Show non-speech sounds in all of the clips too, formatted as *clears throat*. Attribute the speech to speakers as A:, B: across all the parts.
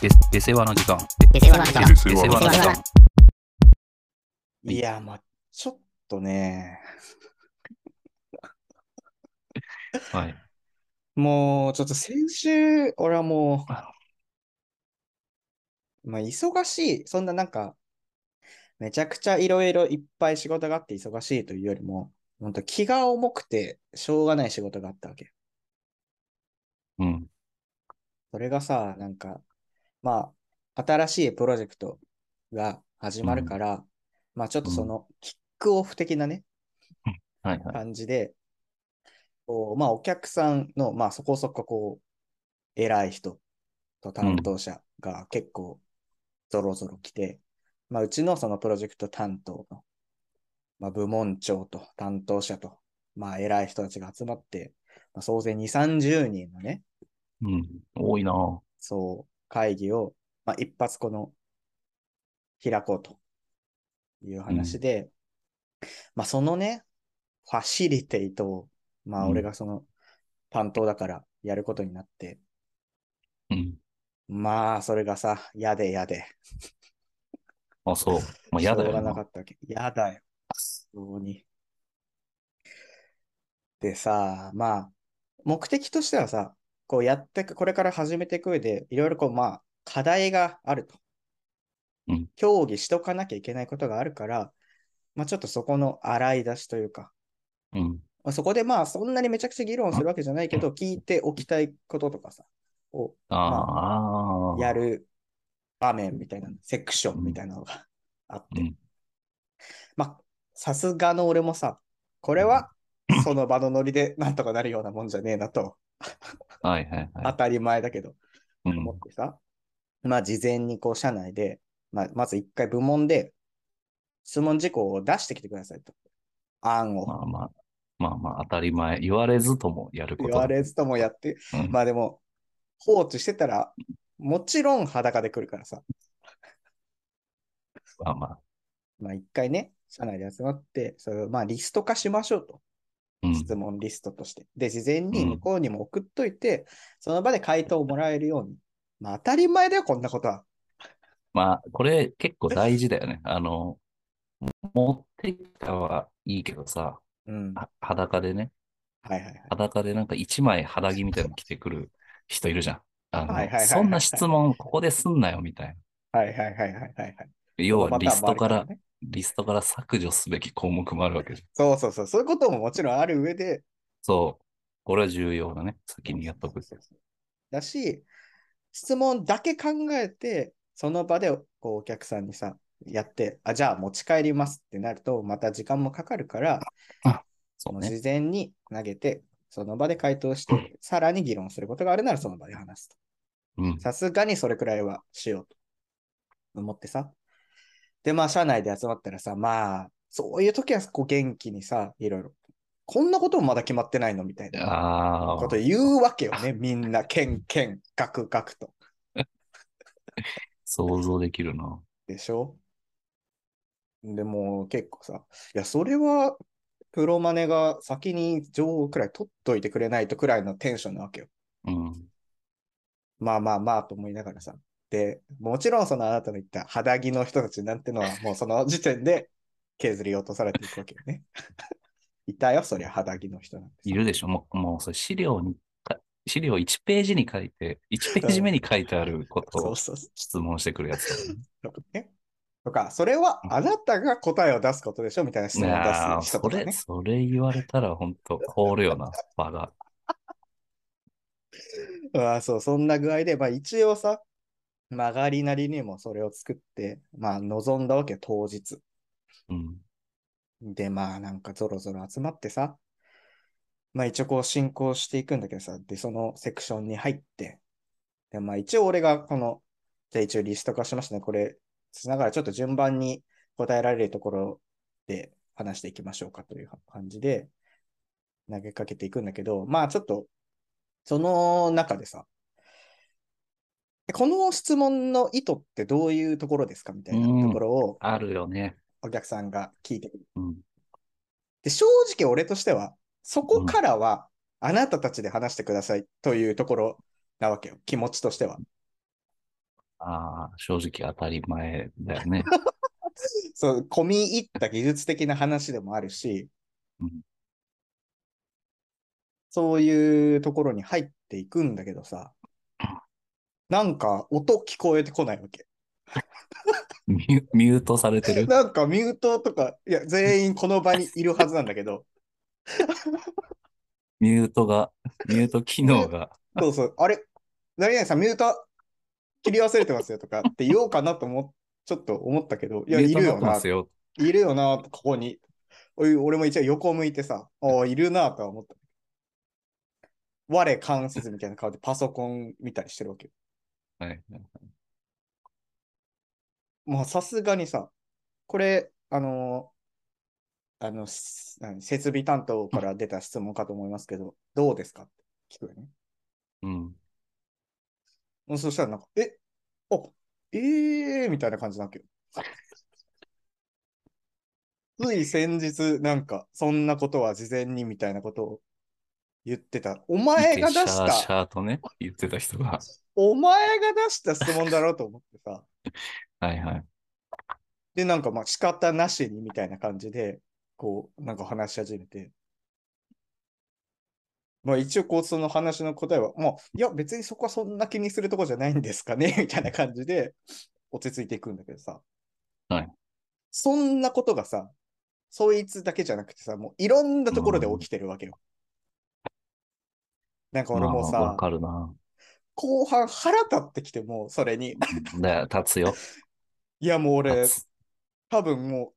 A: で、で世話の時間。
B: 出世話の時間。
A: で世話の時間。
C: いや、まあ、ちょっとね、
A: *laughs* はい。
C: もう、ちょっと先週、俺はも
A: あ
C: う、まあ、忙しい。そんななんか、めちゃくちゃいろいろいっぱい仕事があって忙しいというよりも、本当気が重くて、しょうがない仕事があったわけ。
A: うん。
C: それがさ、なんか、まあ、新しいプロジェクトが始まるから、まあ、ちょっとその、キックオフ的なね、
A: はいはい。
C: 感じで、こうまあ、お客さんの、まあ、そこそここう偉い人と担当者が結構ぞろぞろ来て、うまあ、うちのそのプロジェクト担当の、まあ、部門長と担当者と、まあ、偉い人たちが集まって、まあ、総勢2、30人のね、
A: うん。多いなぁ。
C: そう会議を、まあ、一発この開こうという話で、まあ、そのね、ファシリテイトを、まあ、
A: うん
C: 俺がその担当だからやることになって、
A: うん。
C: まあ、それがさ、やでやで。
A: あ、そう。まあ、嫌だ
C: し
A: よ
C: ょうがなか
A: な。
C: ったわけ。やだよ。本当に。でさ、まあ、目的としてはさ、こうやってく、これから始めていく上で、いろいろこう、まあ、課題があると。
A: うん
C: 協議しとかなきゃいけないことがあるから、まあ、ちょっとそこの洗い出しというか、
A: うん。
C: まあ、そこでまあ、そんなにめちゃくちゃ議論するわけじゃないけど、聞いておきたいこととかさ、を
A: ああ。
C: やる場面みたいな、セクションみたいなのが *laughs* あって、
A: うん
C: まあ、さすがの俺もさ、これはその場のノリで *laughs* なんとかなるようなもんじゃねえなと、
A: はいはいは
C: 当
A: い。
C: たり前だけど、
A: うん
C: 思ってさ、まあ、事前にこう、社内で、まあ、まず一回部門で質問事項を出してきてくださいと。案を
A: まあまあ。まあまあ、当たり前。言われずともやるこ
C: 言
A: と。
C: われずともやって、
A: うん
C: まあでも、放置してたら、もちろん裸で来るからさ。
A: まあまあ。
C: まあ一回ね、社内で集まって、それをまあリスト化しましょうと。
A: うん。
C: 質問リストとして。で、事前に向こうにも送っといて、その場で回答をもらえるように。まあ当たり前だよ、こんなことは。
A: まあ、これ結構大事だよね。あの、持ってきたはいいけどさ、
C: うん。は
A: は裸でね、
C: いはいはい。
A: 裸でなんか一枚肌着みたいなの着てくる人いるじゃん。あの
C: はいはいはいはい
A: そんな質問ここですんなよみたいな。
C: はいはいはいはいはいはい。
A: 要は
C: この
A: リ
C: パター
A: ス
C: ンも
A: ト
C: ある
A: から、
C: ね
A: リストから削除すべき項目もあるわけじゃん。
C: そうそうそう。そういうことももちろんある上で、
A: そう。これは重要だね。先にやっとく。
C: そうそうそうだし、質問だけ考えて、その場でこうお客さんにさ、やって、あ、じゃあ持ち帰りますってなると、また時間もかかるから、
A: そう
C: もう
A: ね。
C: 事前に投げて、その場で回答して、さらに議論することがあるならその場で話すと。
A: うん。
C: さすがにそれくらいはしようと思ってさ。で、まあ、社内で集まったらさ、まあ、そういう時はこう元気にさ、いろいろ、こんなこともまだ決まってないのみたいな。
A: あ
C: こ
A: あ
C: と、言うわけよね、みんな、けんけん、ガクガクと。
A: 想像できるな。
C: でしょでもう結構さ、いや、それはプロマネが先に情報くらい取っといてくれないとくらいのテンションなわけよ。
A: うん。
C: まあまあまあと思いながらさ。で、もちろんそのあなたの言った肌着の人たちなんてのはもうその時点で削り落とされていくわけよね。 *laughs* いたよ、そりゃ肌着の人なんてさ。
A: いるでしょ。もう、もうそれ資料にか、資料1ページに書いて、1ページ目に書いてあること
C: そ
A: を
C: うそうそう。
A: 質問してくるや
C: *laughs*
A: つだからね。
C: とかね。とか、それはあなたが答えを出すことでしょみたいな質問を
A: なあ、
C: 出す人
A: そ
C: とかね
A: れ、。それ言われたら本当凍るよな、場が。
C: ああ、そう、そんな具合で、まあ一応さ、曲がりなりにもそれを作って、まあ望んだわけよ、当日。
A: うん。
C: で、まあなんかぞろぞろ集まってさ、まあ一応こう進行していくんだけどさ、で、そのセクションに入って、で、まあ一応俺がこの、じゃあ一応リスト化しましたね、これ、しながらちょっと順番に答えられるところで話していきましょうかという感じで投げかけていくんだけど、まあちょっと、その中でさ、この質問の意図ってどういうところですかみたいなところを
A: あるよね。
C: お客さんが聞いてくる
A: うん。
C: で、正直俺としては、そこからは、あなたたちで話してくださいというところなわけよ、気持ちとしては。
A: ああ、正直当たり前だよね。
C: そう、込み入った技術的な話でもあるし、
A: うん
C: そういうところに入っていくんだけどさ、なんか音聞こえてこないわけ。
A: ミュミュートされてる。
C: *laughs* なんかミュートとか、いや、全員この場にいるはずなんだけど、
A: ミュートが、ミュート機能が。
C: そうそう、あれ、何々さんミュート切り忘れてますよとかって言おうかなと思っ、ちょっと思ったけど、いや、
A: ミュ
C: い
A: ート
C: る
A: にな
C: よ
A: ってま
C: な
A: す、よ。
C: いるよな、ここに。おい俺も一応横向いてさ、ああ、いるなとは思った。我関せずみたいな顔でパソコン見たりしてるわけよ。
A: はい。
C: まあ、さすがにさ、これ、あのーあの、す何設備担当から出た質問かと思いますけど、どうですかって聞くよね。
A: うん。
C: もうそしたらなんか、え、あ、ええー、みたいな感じなわけよ。 *laughs* つい先日、なんか、そんなことは事前にみたいなことを言ってた。お前が出
A: シ
C: し
A: ャーシ
C: た、
A: ャーとね、言ってた人が。
C: お前が出した質問だろうと思ってさ。
A: はいはい。
C: で、なんかまあ仕方なしにみたいな感じで、こう、なんか話し始めて。まあ一応こう、その話の答えは、もう、いや別にそこはそんな気にするとこじゃないんですかね、 *laughs* みたいな感じで、落ち着いていくんだけどさ。
A: はい。
C: そんなことがさ、そいつだけじゃなくてさ、もういろんなところで起きてるわけよ。なんか俺も
A: まあ、わ
C: さ、
A: かるな。
C: 後半腹立ってきてもう、それに。 *laughs*
A: だ立つよ。
C: いやもう俺、
A: 立つ。
C: 多分も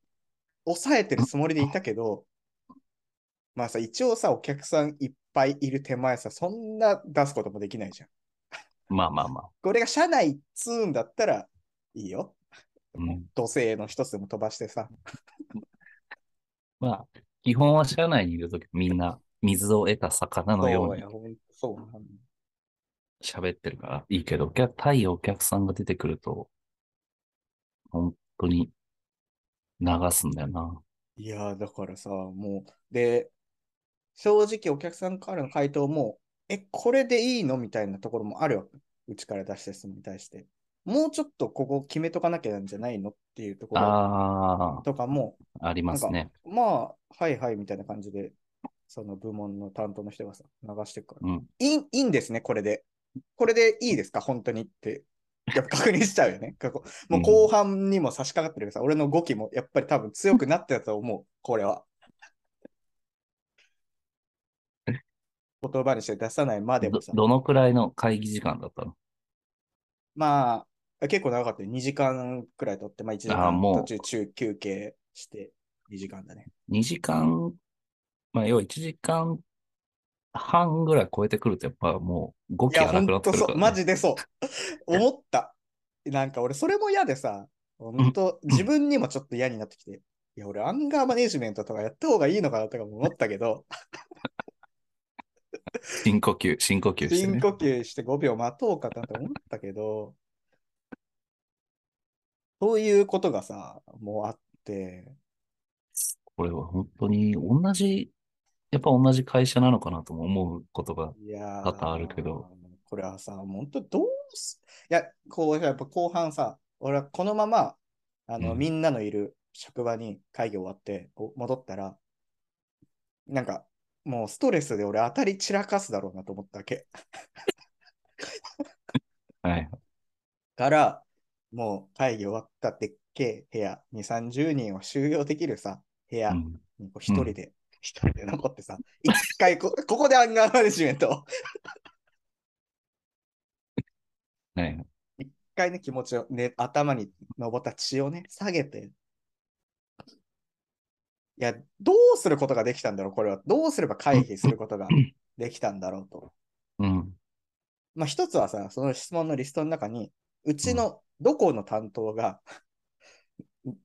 C: う、抑えてるつもりでいたけど、まあさ、一応さ、お客さんいっぱいいる手前さ、そんな出すこともできないじゃん。
A: まあまあまあ。
C: これが社内通うんだったらいいよ。
A: うん、
C: 土星の一つでも飛ばしてさ。
A: まあ、基本は社内にいるとき、みんな水を得た魚のよ
C: そうう
A: に
C: や、ほんとそうなんだ
A: 喋ってるからいいけど、お客対お客さんが出てくると、本当に流すんだよな。
C: いやー、だからさ、もう、で、正直お客さんからの回答も、え、これでいいのみたいなところもあるわけ。うちから出した質問に対して。もうちょっとここ決めとかなきゃなんじゃないのっていうところ
A: あ
C: とかも、
A: あ、ありますね。
C: まあ、はいはいみたいな感じで、その部門の担当の人がさ、流してくから、
A: うん
C: いいいいんですね、これで。これでいいですか、本当にって。やっぱ確認しちゃうよね。 *laughs* 過去もう後半にも差し掛かってるけどさ、俺の語気もやっぱり多分強くなってたと思う、これは。 *laughs* 言葉にして出さないまで
A: ど
C: もさ、
A: どのくらいの会議時間だったの
C: まあ、結構長かったよ。2時間くらい取って、まあ1時
A: あー
C: 間
A: もう
C: 途中中休憩して2時間だね。
A: 2時間、まあ、要は1時間半ぐらい超えてくると、やっぱもう語
C: い
A: 気
C: や、
A: 荒
C: 本
A: くなって
C: 当
A: くる
C: そ
A: か
C: う、
A: ら、
C: マ
A: ね。
C: ジ
A: *laughs*
C: でそう。思った。なんか俺、それも嫌でさ、本当自分にもちょっと嫌になってきて、いや、俺、アンガーマネジメントとかやった方がいいのかなとかも思ったけど、
A: 深呼吸、深呼吸して
C: 深
A: ね。
C: 呼吸して5秒待とうかなと思ったけど、そういうことがさ、もうあって、
A: これは本当に同じ、やっぱ同じ会社なのかなとも思うことが、
C: いや
A: 多
C: ー
A: 々あるけど。
C: これはさ、本当どうす、いや、こう、やっぱ後半さ、俺はこのまま、あの、
A: うん
C: みんなのいる職場に会議終わって、お戻ったら、なんか、もうストレスで俺当たり散らかすだろうなと思ったわけ。
A: はい。
C: から、もう会議終わったでっけえ部屋、2、30人を収容できるさ、部
A: う
C: 屋
A: ん
C: にこう一人で、一人で残ってさ、一回こ、ここでアンガーマネジメントを
A: はい、
C: 一回ね、気持ちを、ね、頭に上った血をね、下げて。いや、どうすることができたんだろう、これは。どうすれば回避することができたんだろうと。
A: うん。
C: まあ、一つはさ、その質問のリストの中に、うちのどこの担当が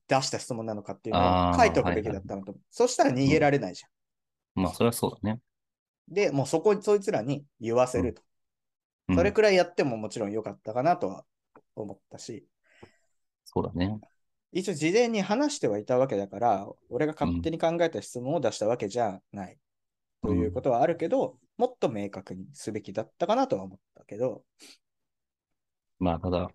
C: 出した質問なのかっていうの
A: あ
C: を
A: ー
C: 書いておくべきだったのと。そしたら逃げられないじゃ
A: まあ、それはそうだね。
C: ん。で、もうそこ、そいつらに言わせると。
A: うん
C: それくらいやってももちろん良かったかなとは思ったし。
A: そうだね。
C: 一応事前に話してはいたわけだから、俺が勝手に考えた質問を出したわけじゃない、ということはあるけど、もっと明確にすべきだったかなとは思ったけど、
A: まあ、ただ、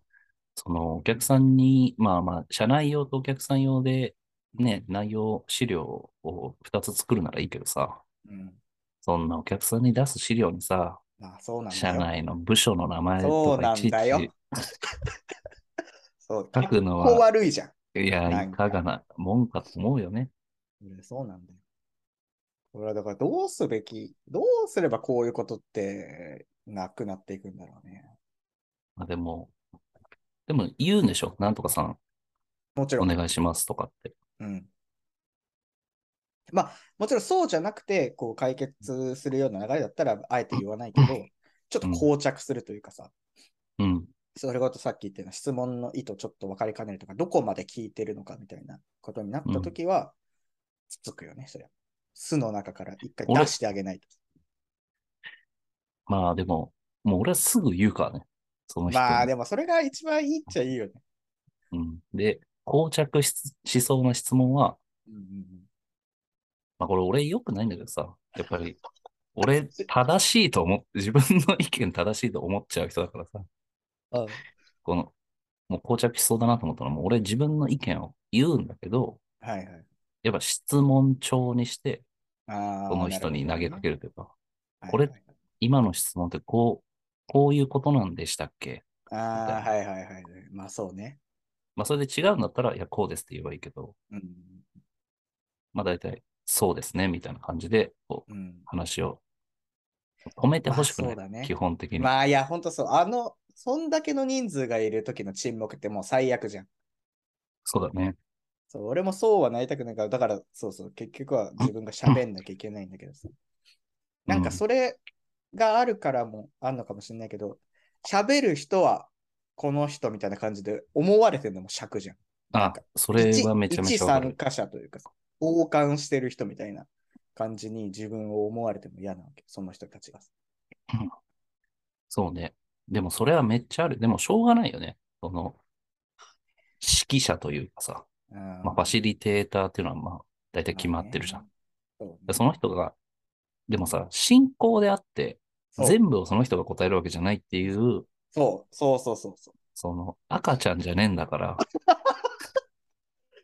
A: そのお客さんに、まあまあ、社内用とお客さん用で、ね、内容、資料を2つ作るならいいけどさ、
C: うん。
A: そんなお客さんに出す資料にさ、
C: まあそうなんだよ。
A: 社内の部署の名前
C: そう
A: と
C: な
A: かいち
C: ん
A: い
C: だよ *laughs*
A: ち。
C: そう。
A: 書くのは
C: 格好悪いじゃん。
A: い
C: な
A: や、い
C: んか
A: かがなもんかと思うよね。
C: うんそうなんだよ。俺はだからどうすべき、どうすればこういうことってなくなっていくんだろうね。
A: まあ、でも、でも言うんでしょなんとかさん、
C: もちろ
A: お
C: ん。
A: 願いしますとかって。
C: うん。まあ、もちろんそうじゃなくて、こう解決するような流れだったら、あえて言わないけど、ちょっと膠着するというかさ、
A: うん。
C: それこそさっき言ったような質問の意図ちょっと分かりかねるとか、どこまで聞いてるのかみたいなことになったときは、つつくよね、それは。巣の中から一回出してあげないと。
A: まあでも、もう俺はすぐ言うからね。その人に。
C: まあ、でもそれが一番いいっちゃいいよね。
A: うん、で、膠着ししそうな質問は、
C: うんうんうん
A: まあこれ俺良くないんだけどさ、やっぱり、俺正しいと思って、自分の意見正しいと思っちゃう人だからさ、
C: うん
A: この、もう膠着しそうだなと思ったのは、もう俺自分の意見を言うんだけど、
C: はいはい。
A: やっぱ質問調にして、
C: ああ。
A: その人に投げかけ
C: る
A: るというか、
C: ほ
A: こ
C: どね。
A: れ今の質問ってこう、こういうことなんでしたっけ
C: ああー、はいはいはい。まあそうね。
A: まあそれで違うんだったら、いや、こうですって言えばいいけど、
C: うん。
A: まあ大体、そうですね、みたいな感じで、こう、
C: うん。
A: 話を止めてほしくな
C: まあそ
A: い、
C: うだね
A: 基本的に、
C: まあいや、ほんとそう。あの、そんだけの人数がいる時の沈黙ってもう最悪じゃん。
A: そうだね。
C: そう俺もそうはなりたくないから、だからそうそう、結局は自分が喋んなきゃいけないんだけどさ。なんかそれがあるからもあんのかもしれないけど、喋る人はこの人みたいな感じで思われてるのも尺じゃん。
A: うん、
C: なん
A: あ
C: か、
A: それはめちゃめちゃわか
C: 一参
A: る。
C: 加者というか、傍観してる人みたいな感じに自分を思われても嫌なわけ、その人たちが。
A: そうね。でもそれはめっちゃある。でもしょうがないよね。その、指揮者というかさ、
C: うん
A: まあ、ファシリテーターっていうのはまあ、大体決まってるじゃん。
C: まあね
A: でその人が、でもさ、進行であって、
C: そうね
A: 全部をその人が答えるわけじゃないっていう、
C: そうそうそうそうそう。
A: その、赤ちゃんじゃねえんだから、
C: い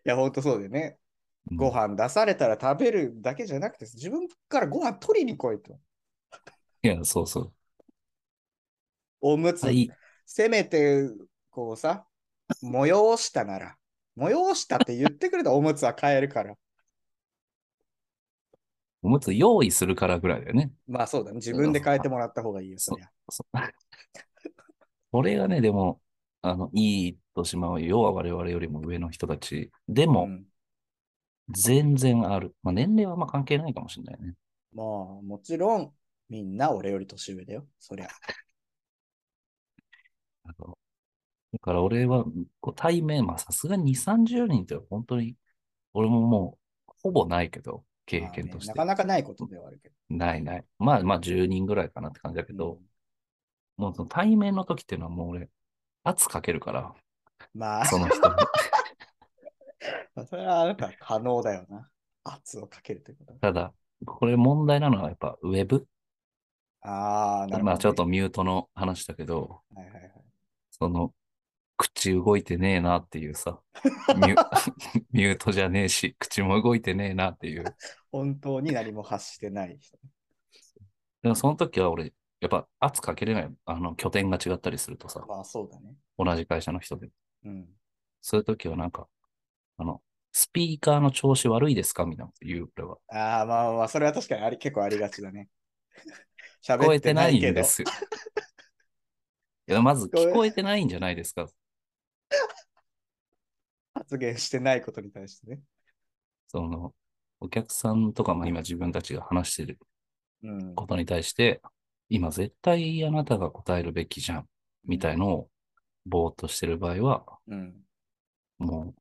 C: や、ほんとそうでね。
A: うん
C: ご飯出されたら食べるだけじゃなくて、自分からご飯取りに来いと。
A: いや、そうそう。
C: おむつ、
A: はい、
C: せめて、こうさ、催したなら、催したって言ってくれたらおむつは買えるから。
A: おむつ用意するからぐらいだよね。
C: まあそうだね。自分で変えてもらった方がいいよ、そりゃ。
A: そ *laughs* それがね、でも、あの、いい年まう要は我々よりも上の人たちで
C: う
A: も、
C: ん
A: 全然ある。まあ、年齢はあんま関係ないかもしれないね。
C: まあ、もちろん、みんな俺より年上だよ、そりゃ。
A: あのだから俺は、こう対面、まあ、さすがに2、30人って本当に、俺ももう、ほぼないけど、経験とし
C: まあねな
A: て。
C: かなかないことではあるけど。
A: ないない。まあまあ10人ぐらいかなって感じだけど、もうその対面の時っていうのはもう俺、圧かけるから、
C: うんまあ、
A: その
C: *laughs*
A: 人に。
C: それはなんか可能だよな。圧をかけるということ。
A: ただ、これ問題なのはやっぱウェブ
C: ああ、なるほど、ね。
A: まあちょっとミュートの話だけど、
C: はいはいはい。
A: その、口動いてねえなっていうさ、ミュ *laughs* ミュートじゃねえし、口も動いてねえなっていう。だか
C: 本当に何も発してない人。
A: らその時は俺、やっぱ圧かけれない。あの、拠点が違ったりするとさ、
C: まあそうだね。
A: 同じ会社の人で。
C: うん。
A: そういう時はなんか、あの、スピーカーの調子悪いですかみたいなこと言う、俺は。
C: ああ、まあまあ、それは確かにあり結構ありがちだね。 *laughs*
A: 聞こ
C: 喋っ
A: え
C: て
A: て
C: な
A: ない
C: いけ
A: ん
C: ど
A: で。すよ。いや、まず
C: 聞こえ
A: 聞こえてないんじゃないですか。
C: 発言してないことに対してね。
A: その、お客さんとかも今自分たちが話してる
C: うん。
A: ことに対して、今絶対あなたが答えるべきじゃん、みたいのをぼーっとしてる場合は、
C: うん。
A: も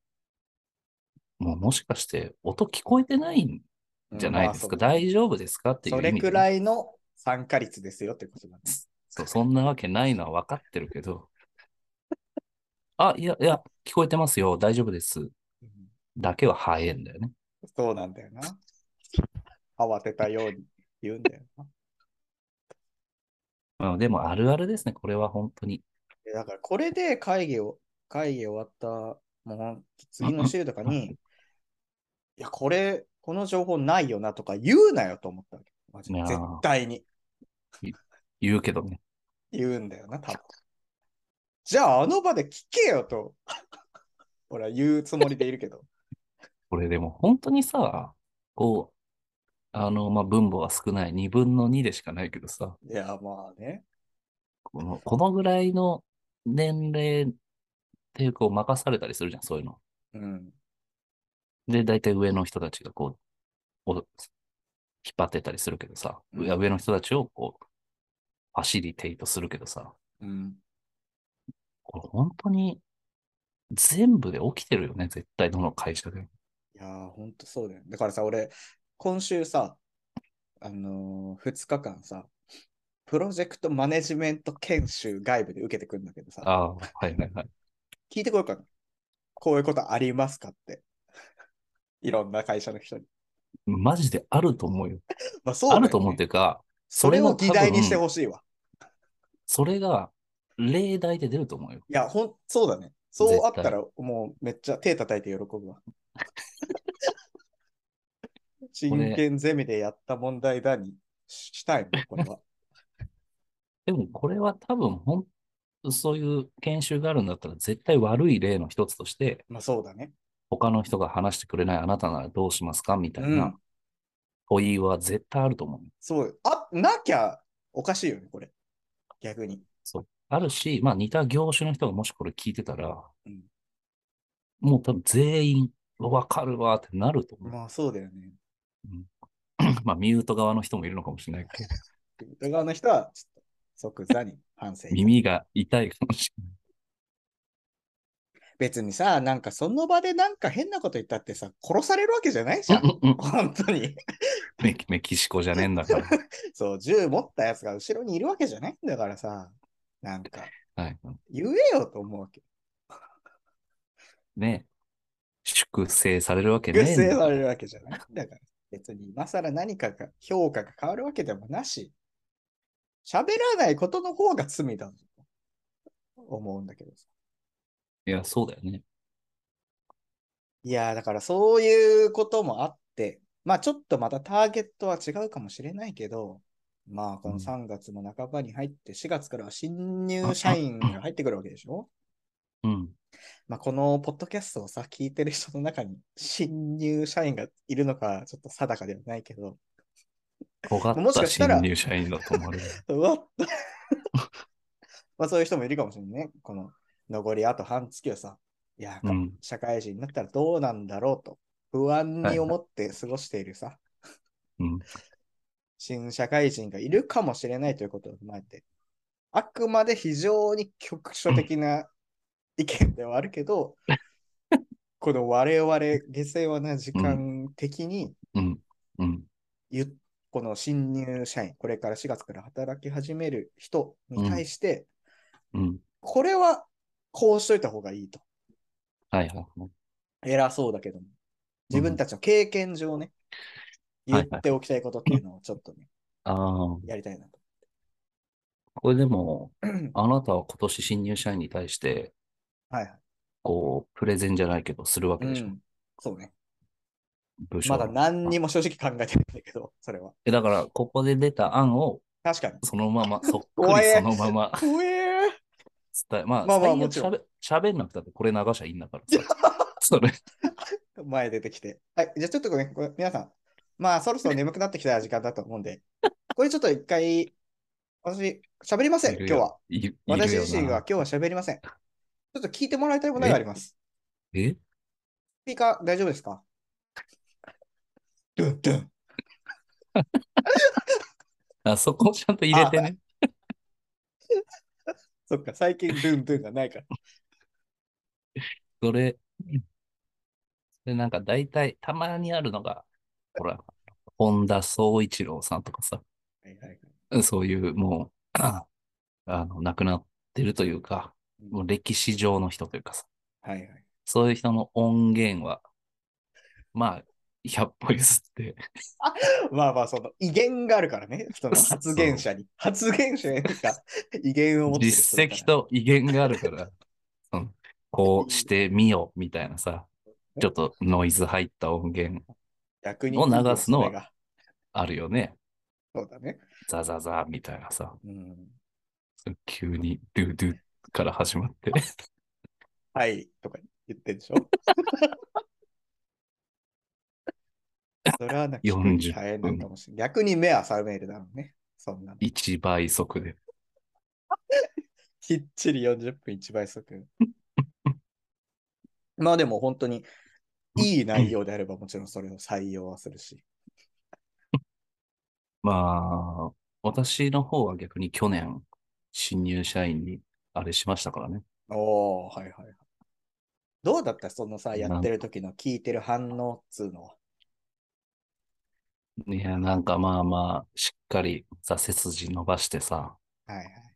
A: う、もうもしかして音聞こえてないん
C: うん
A: じゃないですか、
C: まあ
A: 大丈夫ですかっていう
C: そ
A: 意
C: う
A: 味でね、
C: だねそれくらいの参加率ですよってことだね。
A: そう。そんなわけないのは分かってるけど、あ、いや、いや、聞こえてますよ、大丈夫です。
C: うん
A: だけは早いんだよね。
C: そうなんだ
A: *laughs*
C: よな。慌てたように言うんだよな。
A: うん、でもあるあるですね、これは本当に。
C: だからこれで会議を会議終わった、もうほん次の週とかに、いや、これ、この情報ないよなとか言うなよと思ったわけ。マジで
A: いやー
C: 絶対に
A: 言うけどね。
C: 言うんだよな、多分。じゃあ、あの場で聞けよと、 *laughs* 俺は言うつもりでいるけど。
A: これでも本当にさ、こう、あの、まあ、分母は少ない、2分の2でしかないけどさ、
C: いや、まあね。
A: この、このぐらいの年齢っていうかを任されたりするじゃん、そういうの。
C: うん。
A: で、大体上の人たちがこう、お引っ張ってたりするけどさ、
C: うん
A: 上の人たちをこう、ファシリテイトするけどさ、
C: うん。
A: これ本当に全部で起きてるよね、絶対どの会社でも。
C: いやー、ほんとそうだよ。だからさ、俺、今週さ、あのー、2日間さ、プロジェクトマネジメント研修外部で受けてくんだけどさ、
A: ああ、はいはいはい。
C: 聞いてこようかな。こういうことありますかって。 *laughs* いろんな会社の人に。
A: マジであると思うよ。
C: まあ、そう
A: あ
C: だよね
A: ると思うっていうか、
C: それを
A: の
C: 議題にして
A: 多分
C: ほしいわ。
A: それが例題で出ると思うよ。
C: いや、ほん、そうだね。そうあった
A: 絶
C: ら、もうめっちゃ手叩いて喜
A: *laughs*
C: ぶわ。真剣ゼミでやった問題だにししたいもん、これは。
A: でもこれは多分ほん、そういう研修があるんだったら絶対悪い例の一つとして、
C: まあ、そうだね。
A: 他の人が話してくれないあなたならどうしますかみたい
C: うん
A: な問いは絶対あると思う。
C: そう。あ、なきゃおかしいよね、これ。逆に。
A: あるし、まあ似た業種の人がもしこれ聞いてたら、
C: うん
A: もう多分全員わかるわってなると
C: *laughs*
A: 思う。
C: まあそうだよね。
A: まあミュート側の人もいるのかもしれないけど、
C: 歌側の人は、ちょっと即座に反省。
A: 耳が痛いかもしれない。
C: 別にさ、なんかその場でなんか変なこと言ったってさ、殺されるわけじゃないじゃん。
A: うんうん
C: 本当に。
A: *laughs*
C: *laughs*
A: メキメキシコじゃねえんだから。
C: そう、銃持ったやつが後ろにいるわけじゃないんだからさ、なんか
A: はい。
C: 言えよと思うわけ。
A: ね。粛清されるわけねえ
C: 抑
A: んだ
C: 制されるわけじゃないんだから。別に今更何かが、評価が変わるわけでもなし、喋らないことの方が罪だと思うんだけどさ。
A: いや、そうだよね。
C: いやー、だからそういうこともあって、まあちょっとまたターゲットは違うかもしれないけど、まあこ
A: う
C: の
A: ん
C: 3月も半ばに入って、4月からは新入社員が入ってくるわけでしょ
A: うん。
C: まあこのポッドキャストをさ、聞いてる人の中に新入社員がいるのかちょっと定かではないけど、
A: 尖
C: も
A: っ
C: しか
A: た
C: した
A: 新
C: ら
A: 入社員だと思われる。
C: うわっ *laughs* まあそういう人もいるかもしれないね。この残りあと半月をさ、いやー、
A: うん。
C: 社会人になったらどうなんだろうと不安に思って過ごしているさ、
A: うん。
C: 新社会人がいるかもしれないということを踏まえて、あくまで非常に局所的な意見ではあるけど、この我々下世話な時間的に、
A: うん。うん。
C: ゆこの新入社員、これから4月から働き始める人に対して、
A: うん。
C: これはこうしといた方がいいと。
A: はいはいはい。
C: 偉そうだけども、自分たちの経験上ね、
A: うんはい
C: 言っておきたいことっていうのをちょっとね、
A: ああ、
C: やりたいなと。
A: これでも、あなたは今年新入社員に対して、
C: はいはい。
A: こう、プレゼンじゃないけど、するわけでしょ。
C: うんそうね。
A: 部署
C: ま
A: の
C: だ何にも正直考えてないんだけど、それは。
A: えだから、ここで出た案を、
C: 確かに。
A: そのま
C: *laughs*
A: ま、そっく
C: 怖
A: り
C: え
A: そのまま
C: 怖え
A: 伝え、まあ、
C: まあまあ
A: 最悪
C: もちろん
A: 喋喋んなくたって、これ流しゃいいんだからさ。
C: *laughs*
A: それ、
C: ー前出てきて。はい、じゃあちょっとごめん、これ皆さん。まあ、そろそろ眠くなってきた時間だと思うんで、 *laughs* これちょっと一回、私、喋りません、
A: いる
C: 今
A: よ
C: 日
A: い
C: は。
A: いるよな
C: 私自身が今日は喋りません。ちょっと聞いてもらいたいものがあ
A: *laughs*
C: ります。
A: え
C: スピーカー大丈夫ですかドゥンドゥン。
A: あそこをちゃんと入れてね。
C: そっか、最近ドゥンドゥンがな
A: *laughs*
C: いから。
A: それ、で、なんか大体、たまにあるのが、ほら、本田宗一郎さんとかさ、
C: はいはいはい
A: そういう *clears throat* もう、あの、亡くなってるというか、もう歴史上の人というかさ、
C: はいはい。
A: そういう人の音源は、まあ、100歩譲って、
C: まあまあ、その威厳があるからね、その発言者
A: *laughs*
C: に。発言者になんか威厳を持ってる人だから *laughs*
A: 実績と威厳があるから、うん、こうしてみようみたいなさ、ちょっとノイズ入った音源
C: 逆に
A: を流すのは
C: それが
A: あるよね。
C: そうだね。
A: ザザザみたいなさ、
C: うん。
A: 急にドゥドゥから始ま
C: *laughs*
A: って。
C: はい、とか言ってんでしょ
A: *laughs*
C: それはなんか聞くに
A: 40
C: 耐えないかもしれない。逆に目は覚めるだろうね。そんなの。
A: 1倍速で。
C: きっちり40分1倍速。 *laughs* まあでも本当にいい内容であればもちろんそれを採用はするし。
A: まあ、私の方は逆に去年、新入社員にあれしましたからね。
C: おおはいはいはい。どうだったそのさ、やってる時の聞いてる反応っつうのは。
A: いや、なんかまあまあ、しっかりさ、背筋伸ばしてさ、
C: はいはい。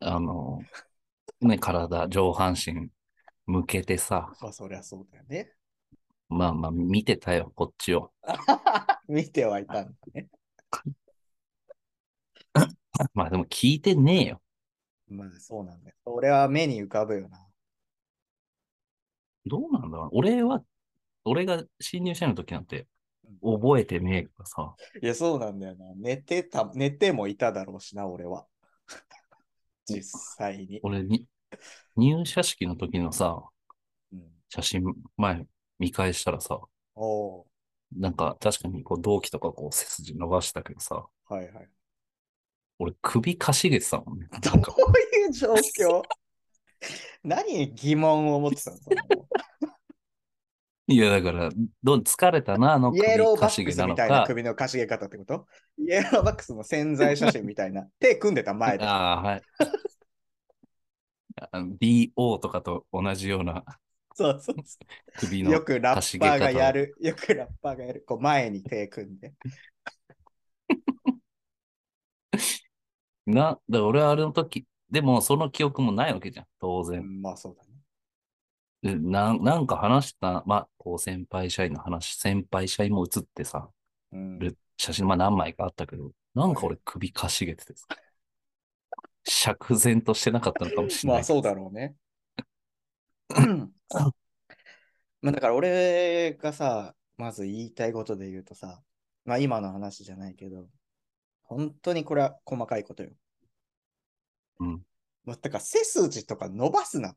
A: あの、ね、体、上半身向けてさ、
C: まあそりゃそうだよね。
A: まあまあ見てたよ、こっちを。
C: 見てはいたんだね。
A: まあでも聞いてねえよ。
C: まあそうなんだよ。俺は目に浮かぶよな。
A: どうなんだろう俺は、俺が新入社員の時なんて
C: うん
A: 覚えてねえからさ、
C: いや、そうなんだよな。寝てた、寝てもいただろうしな、俺
A: *laughs*
C: は。実際に。
A: 俺に、入社式の時のさ、
C: うん、
A: 写真前見返したらさ、
C: おお
A: なんか確かにこう同期とかこう背筋伸ばしたけどさ、
C: はいはい。
A: 俺首かしげてたもんね。
C: ど
A: なんか
C: ういう状況何に疑問を持ってたのその
A: いやだから、どう疲れたな、あの
C: イエロ
A: *laughs* 首
C: ーバ
A: か
C: ッ
A: し
C: ク
A: げ
C: ス
A: なの
C: みたいな
A: か。
C: 首のかしげ方ってことイエローバックスの潜在写真みたいな。手組んでた前で。
A: ああ、はい。あの BO とかと同じような
C: そうそうそ
A: 首
C: う。よ
A: の。
C: くラッパーがやる。よくラッパーがやる。こう前に手組んで。
A: な、だから俺はあれの時、でもその記憶もないわけじゃん、当
C: う
A: 然。
C: んまあそうだね。
A: でなんなんか話した、まあ、こう先輩社員の話、先輩社員も写ってさ、
C: うん、
A: る写真、まあ何枚かあったけど、なんか俺
C: *laughs*
A: 首かしげててさ。釈然としてなかったのかもしれ
C: ま
A: な
C: あ
A: い。
C: そうだろうね。 *coughs* まあだから俺がさ、まず言いたいことで言うとさ、まあ今の話じゃないけど、本当にこれは細かいことよ。
A: うん。
C: もうだから背筋とか伸ばすな。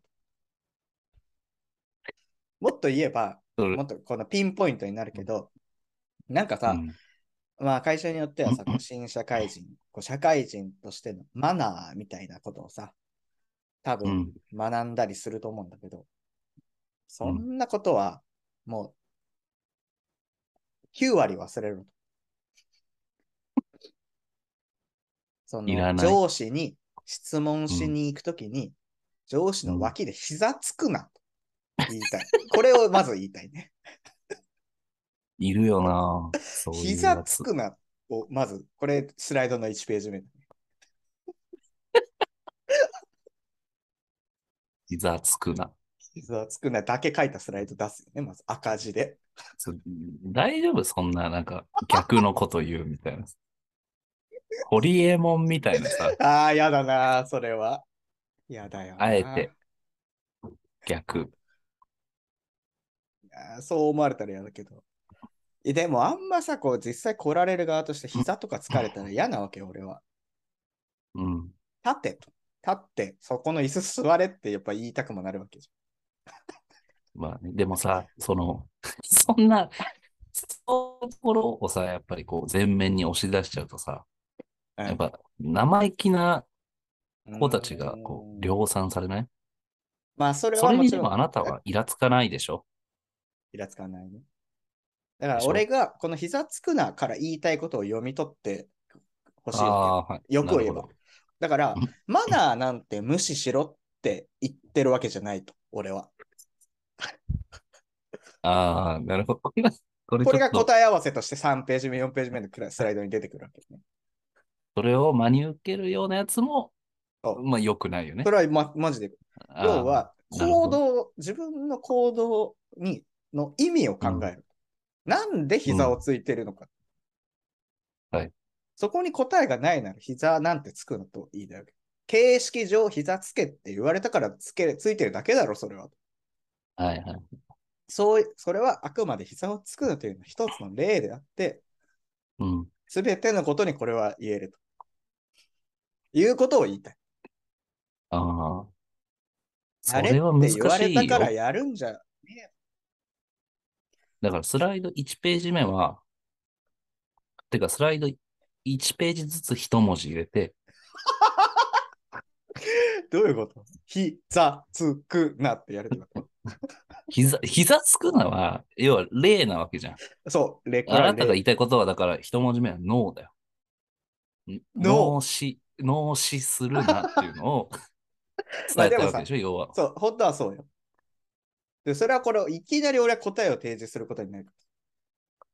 C: もっと言えば、
A: それ
C: もっとこのピンポイントになるけど、なんかさ、
A: うん
C: まあ会社によってはさ、こう新社会人、こう社会人としてのマナーみたいなことをさ、多
A: う
C: 分
A: ん。
C: 学んだりすると思うんだけど、そんなことはもう9割忘れるの。 *laughs* そ
A: いら
C: の
A: ない
C: 上司に質問しに行くときに、上司の脇で膝つくなと
A: *laughs*
C: 言いたい。これをまず言いたいね。
A: いるよなそういうや
C: 膝つ
A: つ。
C: くなをまず、これスライドの1ページ目だね。
A: 膝つくな。
C: 膝つくなだけ書いたスライド出すよね。まず赤字で。
A: そ大丈夫そんな、なんか逆のこと言うみたいな。ホリエモンみたいなさ、
C: ああ、やだなー、それは。やだよなー。
A: あえて逆。
C: あーそう思われたら嫌だけど。えでもあんまさ、こう実際来られる側として膝とか疲れたら嫌なわけよ、俺は。
A: うん。
C: 立てと。立って、そこの椅子座れってやっぱ言いたくもなるわけじ
A: まあね、でもさ、その、 *laughs* そんな、そういうところをさ、やっぱりこう、全面に押し出しちゃうとさ、
C: ゃん。
A: やっぱ生意気な
C: うん
A: 子たちがこう、量産されない
C: まあ、それ
A: そ
C: は
A: れ
C: も
A: に
C: ち
A: で
C: ろ
A: もあ
C: ん、
A: なたはイラつかないでしょ
C: イラつかないね。だから
A: でしょ
C: 俺がこの膝つくなから言いたいことを読み取ってほしいわけ
A: あ
C: よ。
A: あ、はい。
C: よく言えば
A: なるほど
C: だから
A: うん、
C: マナーなんて無視しろって言ってるわけじゃないと、俺は。
A: ああ、なるほど。これこれち
C: こ
A: ょ
C: れが
A: っと、
C: 答え合わせとして3ページ目、4ページ目のくらいスライドに出てくるわけね。
A: それを真に受けるようなやつも
C: そ、う
A: まあ良くないよね
C: そ。れは、ま、マジで
A: あー
C: 要は
A: なるほ
C: 行動、自分の行動にの意味を考える。なんで膝をついてるのか。
A: うんはい
C: そこに答えがないなら膝なんてつくのといいだけ。形式上膝つけって言われたからつけ、ついてるだけだろ、それは。
A: はいはい。
C: そう、それはあくまで膝をつくなというのは一つの例であって、
A: うん。
C: すべてのことにこれは言えると。いうことを言いたい。
A: ああ。そ
C: あ
A: れは難
C: って言わ
A: し
C: れ
A: い
C: た
A: よ。
C: からやるんじゃ、
A: だからスライド1ページ目は、てかスライド1ページずつ一文字入れて、
C: どういうこと膝つくなってやるってこと
A: 膝、膝つくのは、要は例なわけじゃん。
C: そう、レコ
A: あ
C: ラ
A: なたが
C: レ。
A: 言いたいことは、だから一文字目はノーだよ。ん
C: ノー
A: 脳死、脳死するなっていうの
C: *laughs*
A: を伝えたいわけでしょ、要は。
C: そう、本当はそうよ。で、それはこれをいきなり俺は答えを提示することになるから。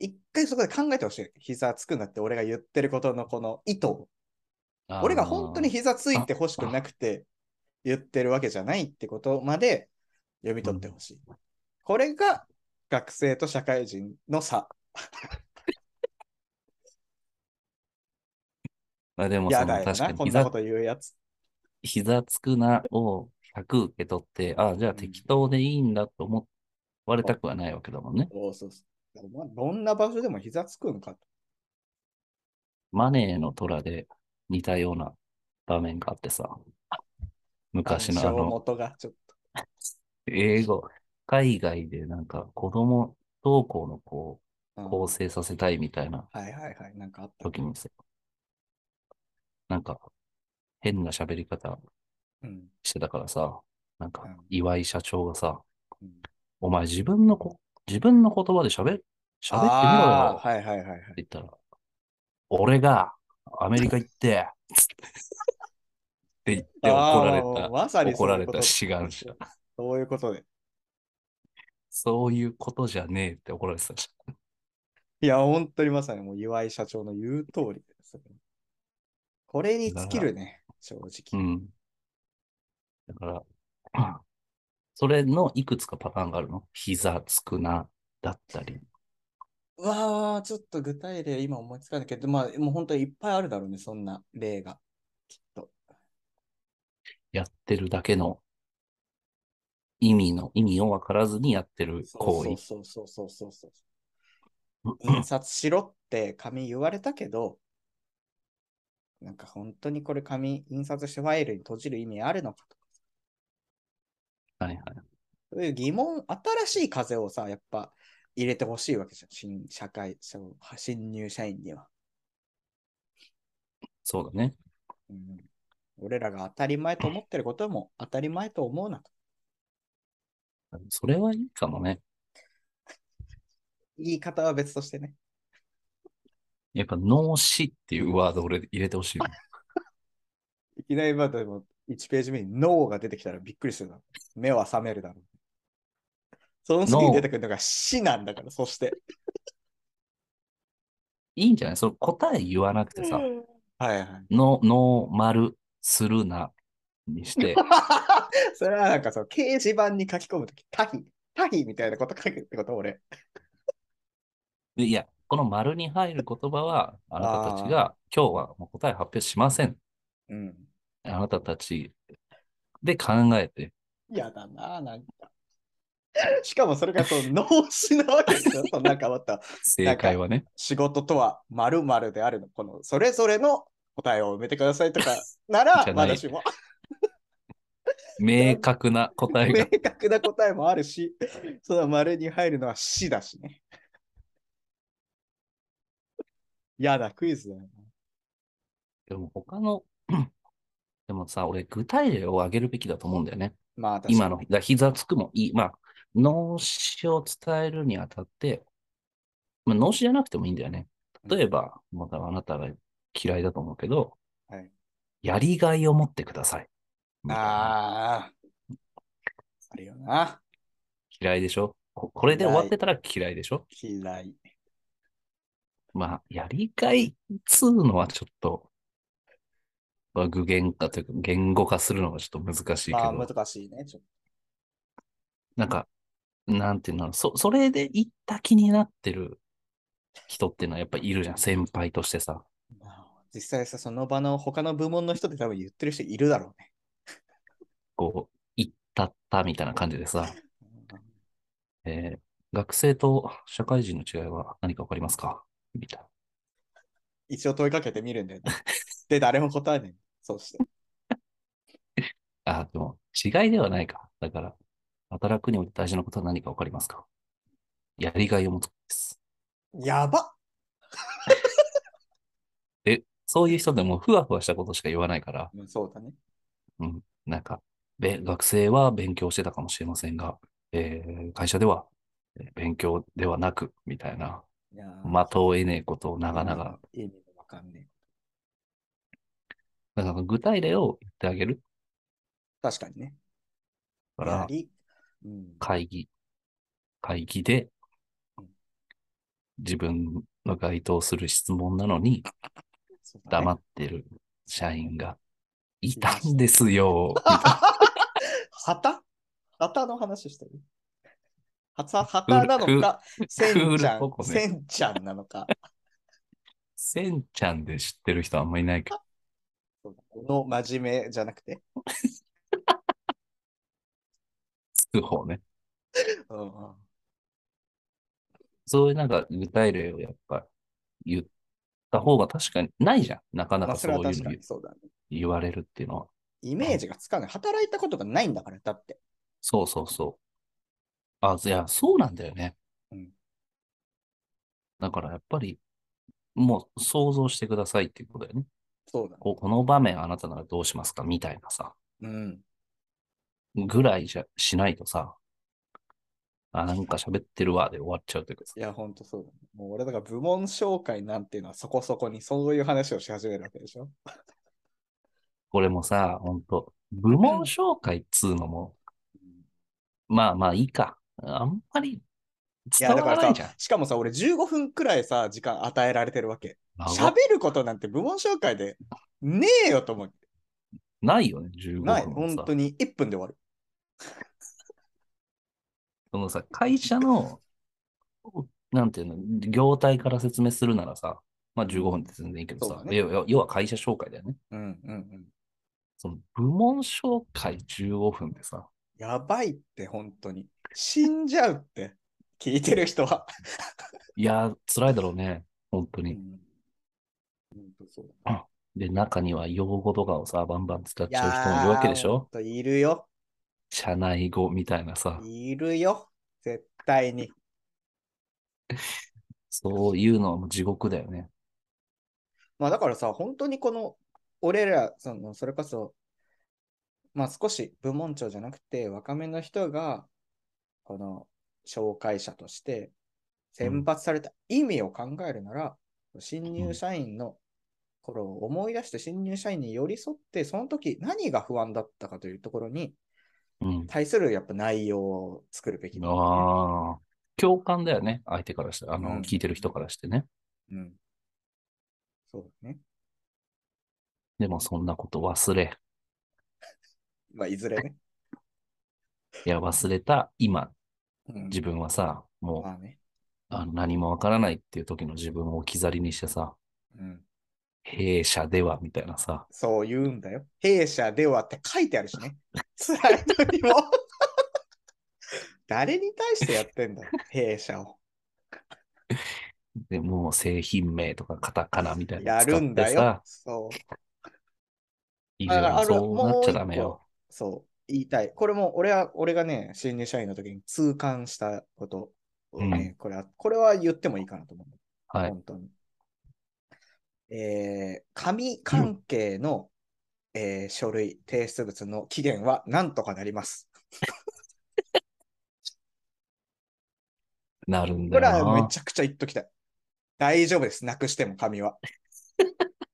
C: 一回そこで考えてほしい。膝つくなって俺が言ってることのこの意図を。
A: あー
C: 俺が本当に膝ついてほしくなくて言ってるわけじゃないってことまで読み取ってほしい。これが学生と社会人の差。
A: まあでもそ
C: や
A: の、
C: だよ
A: 確か
C: な、
A: に
C: こんなこ
A: 膝、
C: と言うやつ。
A: 膝つくなを100受け取って、ああ、じゃあ適当でいいんだと思われたくはないわけだもんね。
C: そうそうそうお前どんな場所でも膝つくのかと。
A: マネーの虎で似たような場面があってさ、昔のあ
C: 感傷
A: の、
C: 元がちょっ
A: 英語、海外でなんか子供同行の子を
C: と。うん
A: 構成させたいみたいな
C: はいはいはい、なんかあった。
A: 時にさ、なんか変な喋り方
C: うん
A: してたからさ、なんか
C: うん
A: 岩井社長がさ、
C: うん
A: お前自分のこ、自分の言葉で喋、喋ってみろよ
C: あ
A: って
C: ーはいはいはいはい。
A: 言ったら、俺がアメリカ行っ
C: *laughs*
A: て、つってって言って怒られ
C: あー
A: た。
C: まさに
A: 怒
C: そう
A: ら
C: い
A: れ
C: うこ
A: た
C: と
A: 志願者。
C: そういうことで。
A: そういうことじゃねえって怒られてたし。
C: いや、本当にまさにもう岩井社長の言う通りです。これに尽きるね、正
A: う
C: 直。
A: ん。だから、 *clears throat* それのいくつかパターンがあるの膝つくな、だったり。
C: うわー、ちょっと具体例今思いつかないけど、まあ、もう本当にいっぱいあるだろうね、そんな例が。きっと。
A: やってるだけの意味の、意味を分からずにやってる行為。
C: そうそうそうそうそうそう。印刷しろって紙言われたけど、なんか本当にこれ紙印刷してファイルに閉じる意味あるのかとか、
A: はいはい。
C: そういう疑問、新しい風をさ、やっぱ入れてほしいわけじゃん。新社会、そう新入社員には。
A: そうだね。
C: うん俺らが当たり前と思ってることも当たり前と思うなと。
A: それはいいかもね。
C: 言い方は別としてね。
A: やっぱ脳死っていうワード俺入れてほしいな。
C: いきなりまだでも1ページ目に脳が出てきたらびっくりするな。目は覚めるだろう。その次に出てくるのが死なんだから、そして。
A: いいんじゃないその答え言わなくてさ、
C: はいはい。
A: の、ノーマルするなにして、
C: *laughs* それはなんかその掲示板に書き込むとき、タヒ、タヒみたいなこと書くってこと俺。
A: でいや、この丸に入る言葉は、あなたたちが、今日はもう答え発表しません。
C: うん。
A: あなたたちで考えて。
C: やだな、なんか。 *laughs* しかもそれ
A: *laughs*
C: がその脳死なわけですよ。そのなんかまた
A: 正解はね。
C: 仕事とは〇〇であるの、このそれぞれの答えを埋めてくださいと
A: *laughs*
C: かなら
A: じ、ゃない
C: 私も
A: 明確な答え
C: 明
A: が。
C: 確な答えもあるし、その丸に入るのは死だしね。やだ、クイズだよな。
A: でも他の、 *clears throat* でもさ、俺、具体例を挙げるべきだと思うんだよね。
C: まあ、確か
A: 今の、だから膝つくもいい。まあ、脳死を伝えるにあたって、まあ、脳死じゃなくてもいいんだよね。例えば、またあなたが嫌いだと思うけど、
C: はい
A: やりがいを持ってください。み
C: に。
A: たいな
C: ああ。あるよな。
A: 嫌いでしょここれで終わってたら嫌いでしょ
C: 嫌い。
A: まあ、やりがいつうのはちょっと、まあ、具現化というか、言語化するのがちょっと難しいけ
C: まあ、
A: ど、
C: 難しいね。ちょっ
A: なんか、なんていうの、そ、それで行った気になってる人っていうのはやっぱいるじゃん。先輩としてさ。
C: とまあ実際さ、その場の他の部門の人で多分言ってる人いるだろうね。
A: こう、行ったったみたいな感じでさ、
C: *laughs*
A: えー学生と社会人の違いは何かわかりますかみたいな。
C: 一応問いかけてみるんだよね。で、誰も答えない。そうして。
A: あ、でも、違いではないか。だから、働くにおいて大事なことは何かわかりますかやりがいを持つことです。
C: やば
A: そういう人でもふわふわしたことしか言わないから、
C: まあそうだね。
A: なんか、べ学生は勉強してたかもしれませんが、えー会社ではえー勉強ではなく、みたいな、
C: いやー
A: 的を得ねえことを長々。。
C: 意味もわかんねえ。
A: だから具体例を言ってあげる
C: 確かにね。
A: か
C: や
A: ら、
C: りうん、
A: 会議、会議で
C: うん、
A: 自分の該当する質問なのに
C: そうだね
A: 黙ってる社員がいたんですよ。みたいな
C: 旗旗の話してる。旗旗なのか、せんちゃん
A: クールポ、コね
C: せんちゃんなのか。
A: *laughs* せんちゃんで知ってる人あんまいないけど、
C: そうだこの真面目じゃなくて。
A: つく方ね。
C: うんうん
A: そういうなんか具体例をやっぱ言った方が確かにないじゃん。なかなか
C: まあ、そ
A: そうい
C: れは
A: うの
C: 確か
A: 言
C: にそうだね。
A: 言われるっていうのは。
C: イメージがつかない。働いたことがないんだから、だって。
A: そうそうそう。あ、いや、そうなんだよね。
C: うん
A: だからやっぱり、もう想像してくださいっていうことだよね。
C: そうだね。
A: ここの場面あなたならどうしますかみたいなさ、
C: うん。
A: ぐらいじゃしないとさ、あ、なんか喋ってるわで終わっちゃうというかさ
C: いや、ほんとそうだ、ね。もう俺だから部門紹介なんていうのはそこそこにそういう話をし始めるわけでしょ。
A: これもさ、ほんと、部門紹介っつうのも、まあまあいいか。あんまり
C: い
A: 伝
C: や、だか
A: わらない
C: ら
A: じゃん
C: さ。、しかもさ、俺15分くらいさ、時間与えられてるわけ。
A: 長
C: 喋ることなんて部門紹介でねえよと思う。
A: ないよね、15分
C: ない、
A: も
C: 本
A: さ
C: 当に1分で終わる。
A: そのさ、会社の、なんていうの、業態から説明するならさ、まあ15分って全然いいけど
C: そう
A: さ
C: だ、ね
A: 要要要は会社紹介だよね。
C: うんうんうん。
A: その部門紹介15分ってさ、
C: やばいって、本当に。死んじゃうって、聞いてる人は。
A: いやー、辛いだろうね、本当
C: う
A: に。
C: ん本当そうだ
A: で、中には用語とかをさ、バンバン使っ
C: い
A: ちゃう人もいるわけでし
C: やー
A: ょ
C: ほんといるよ。
A: 社内語みたいなさ、
C: いるよ。絶対に。
A: そういうのはもう地獄だよね。
C: まあだからさ、本当にこの、俺ら、その、それこそ、まあ少し部門長じゃなくて、若めの人が、この、紹介者として、選抜された意味を考えるなら、新入社員の頃を思い出して、新入社員に寄り添って、その時何が不安だったかというところに、
A: うん。
C: 対するやっぱ内容を作るべきだよね、
A: ああ、共感だよね、相手からして、あの、
C: うん
A: 聞いてる人からしてね。
C: うん。そうだね。
A: でもそんなこと忘れ、
C: まあ、いずれね。
A: いや、忘れた今、
C: うん
A: 自分はさ、もう
C: まあね。
A: あの何もわからないっていう時の自分を置き去りにしてさ、
C: うん。
A: 弊社ではみたいなさ、
C: そう言うんだよ。弊社ではって書いてあるし
A: *laughs*
C: ね。スライドにも。誰に対してやってんだよ、弊社を。
A: でもう製品名とかカタカナみたいなの
C: やるん
A: 使
C: だ
A: って
C: よ
A: さ。、
C: そう。
A: い
C: ああ
A: や
C: る
A: そうなっちゃダメよ。
C: そう。言いたい。これも、俺は、俺がね、新入社員の時に痛感したことをね、これは、これは言ってもいいかなと思う。
A: はい。
C: 本当に。えー、紙関係の、えー書類、提出物の期限はなんとかなります。
A: なるん
C: こ
A: だ
C: れ
A: よ
C: はめ
A: な。
C: ちゃくちゃ言っときたい。大丈夫です、なくしても
A: *laughs*
C: 紙は。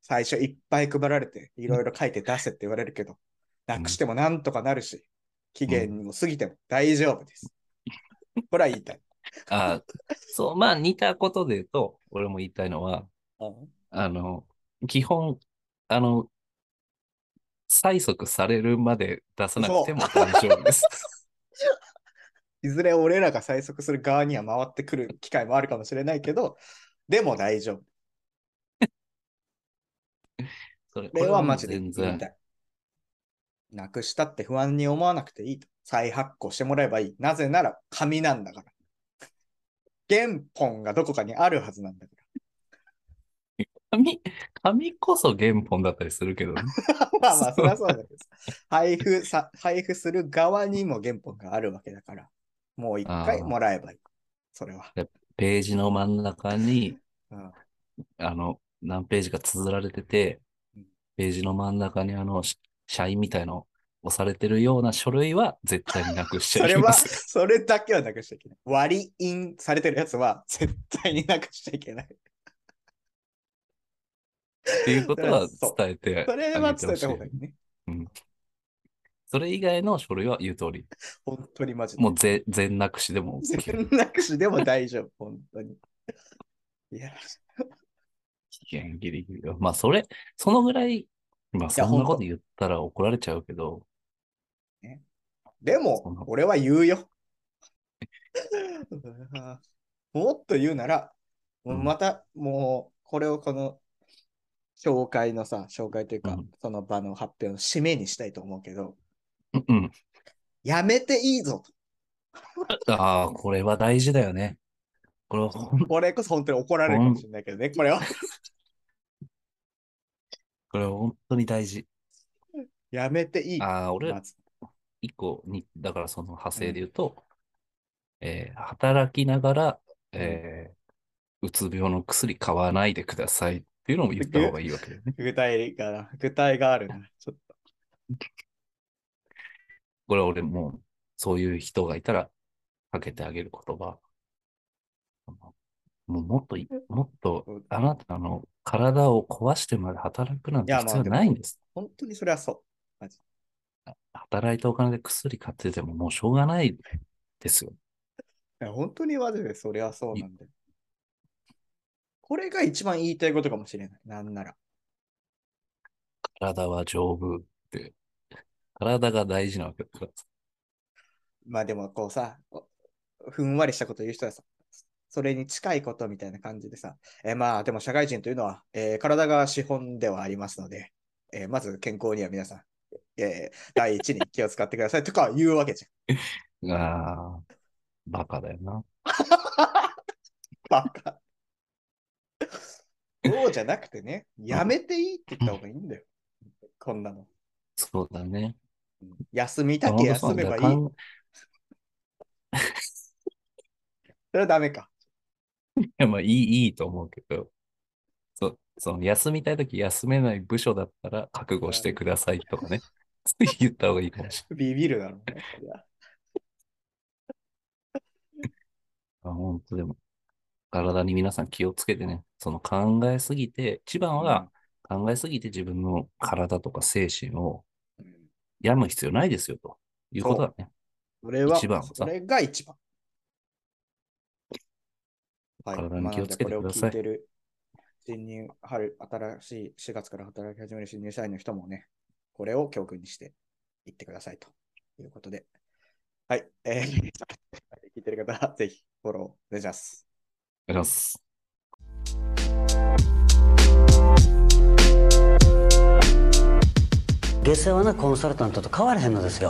C: 最初いっぱい配られて、いろいろ書いて出せって言われるけど、なくしてもなんとかなるし、期限にも過ぎても大丈夫です。これは言いたい。
A: あそう、まあ似たことで言うと、俺も言いたいのは、
C: うん
A: あの、基本、あの、催促されるまで出さなくても大丈夫です。
C: いずれ俺らが催促する側には回ってくる機会もあるかもしれないけど、でも大丈夫。
A: それ。
C: これはマジで
A: 全
C: 言いた
A: 然。
C: い。なくしたって不安に思わなくていいと。再発行してもらえばいい。なぜなら紙なんだから。原本がどこかにあるはずなんだか
A: 紙、紙こそ原本だったりするけどね。
C: ら。 *laughs* まあまあ、そりゃそうだけどさ。配布さ、配布する側にも原本があるわけだから。もう一回もらえばいい。それは。
A: ページの真ん中に、
C: うん
A: あの、何ページか綴られてて
C: うん、
A: ページの真ん中にあの、し社員みたいの押されてるような書類は絶対になくしち
C: そ
A: ゃ
C: れ
A: い
C: は、
A: ます。
C: それだけはなくしちゃいけない。割り印されてるやつは絶対になくしちゃいけない。
A: っていうことは伝えて
C: それ
A: あ
C: は
A: げてほ
C: 伝え
A: しい
C: た方がいいね。
A: それ以外の書類は言う通り、
C: 本当にマジで。
A: もうぜ全なくしでも OK
C: *laughs* 全なくしでも大丈夫、 *laughs* 本当に。いや、い
A: 期限ギリギリ。まあ、それ、そのぐらい、まあ、そんなこと言ったら怒られちゃうけど、
C: で
A: そんな
C: も、俺は言うよ。 *laughs* もっと言うなら、もうまた、もう、これをこの、紹介のさ、紹介というか、
A: うん
C: その場の発表の締めにしたいと思うけど、
A: うんうん。
C: やめていいぞと。
A: ああ、これは大事だよね。これはほん、
C: これこそ本当に怒られるかもしれないけどね、これは。
A: これは本当に大事。
C: やめていい。
A: ああ、俺
C: ま、ず
A: 一個に、だからその派生で言うと、えー働きながら、えーうつ病の薬買わないでくださいっていうのも言った方がいいわけだよね。
C: 具体がな、具体があるな。ちょっと、
A: これは俺もう、そういう人がいたら、かけてあげる言葉。あのもうもっとい、もっと、あなたの体を壊してまで働くなんて
C: いや
A: 必要ないんです。
C: 本当にそれはそう。
A: 働いたお金で薬買っててももうしょうがないですよ。
C: いや本当にマジでそれはそうなんだよ。これが一番言いたいことかもしれない。なんなら。
A: 体は丈夫って。体が大事なわけだから。
C: まあでもこうさ、こふんわりしたこと言う人はさ、それに近いことみたいな感じでさ、えーまあでも社会人というのは、えー体が資本ではありますので、えーまず健康には皆さん、えー第一に気を使ってくださいとか言うわけじゃん。
A: ああ、バカだよな。
C: バカ。そうじゃなくてね、やめていいって言った方がいいんだよ。こんなの。
A: そうだね。
C: 休みだけ休めばいい。
A: い。
C: それはダメか。
A: いや、まあ、いい、いいと思うけど、そ、その、休みたいとき休めない部署だったら覚悟してくださいとかね、 *laughs* 言った方がいいかもしれ
C: ビビるだろうね。いや
A: ない。あ本当でも、体に皆さん気をつけてね、その考えすぎて、一番は考えすぎて自分の体とか精神を
C: うん
A: 病む必要ないですよ、ということだね。
C: それは、
A: 一番はさ
C: それが一番。はい、
A: 体に気をつけてください
C: まあなんでこれを聞いてる新入、春、新しい4月から働き始める新入社員の人もね、これを教訓にしていってくださいということで。はい、えー *laughs* 聞いてる方はぜひフォローお願いします。
A: お願いします。
B: 下世話なコンサルタントと変わらへんのですよ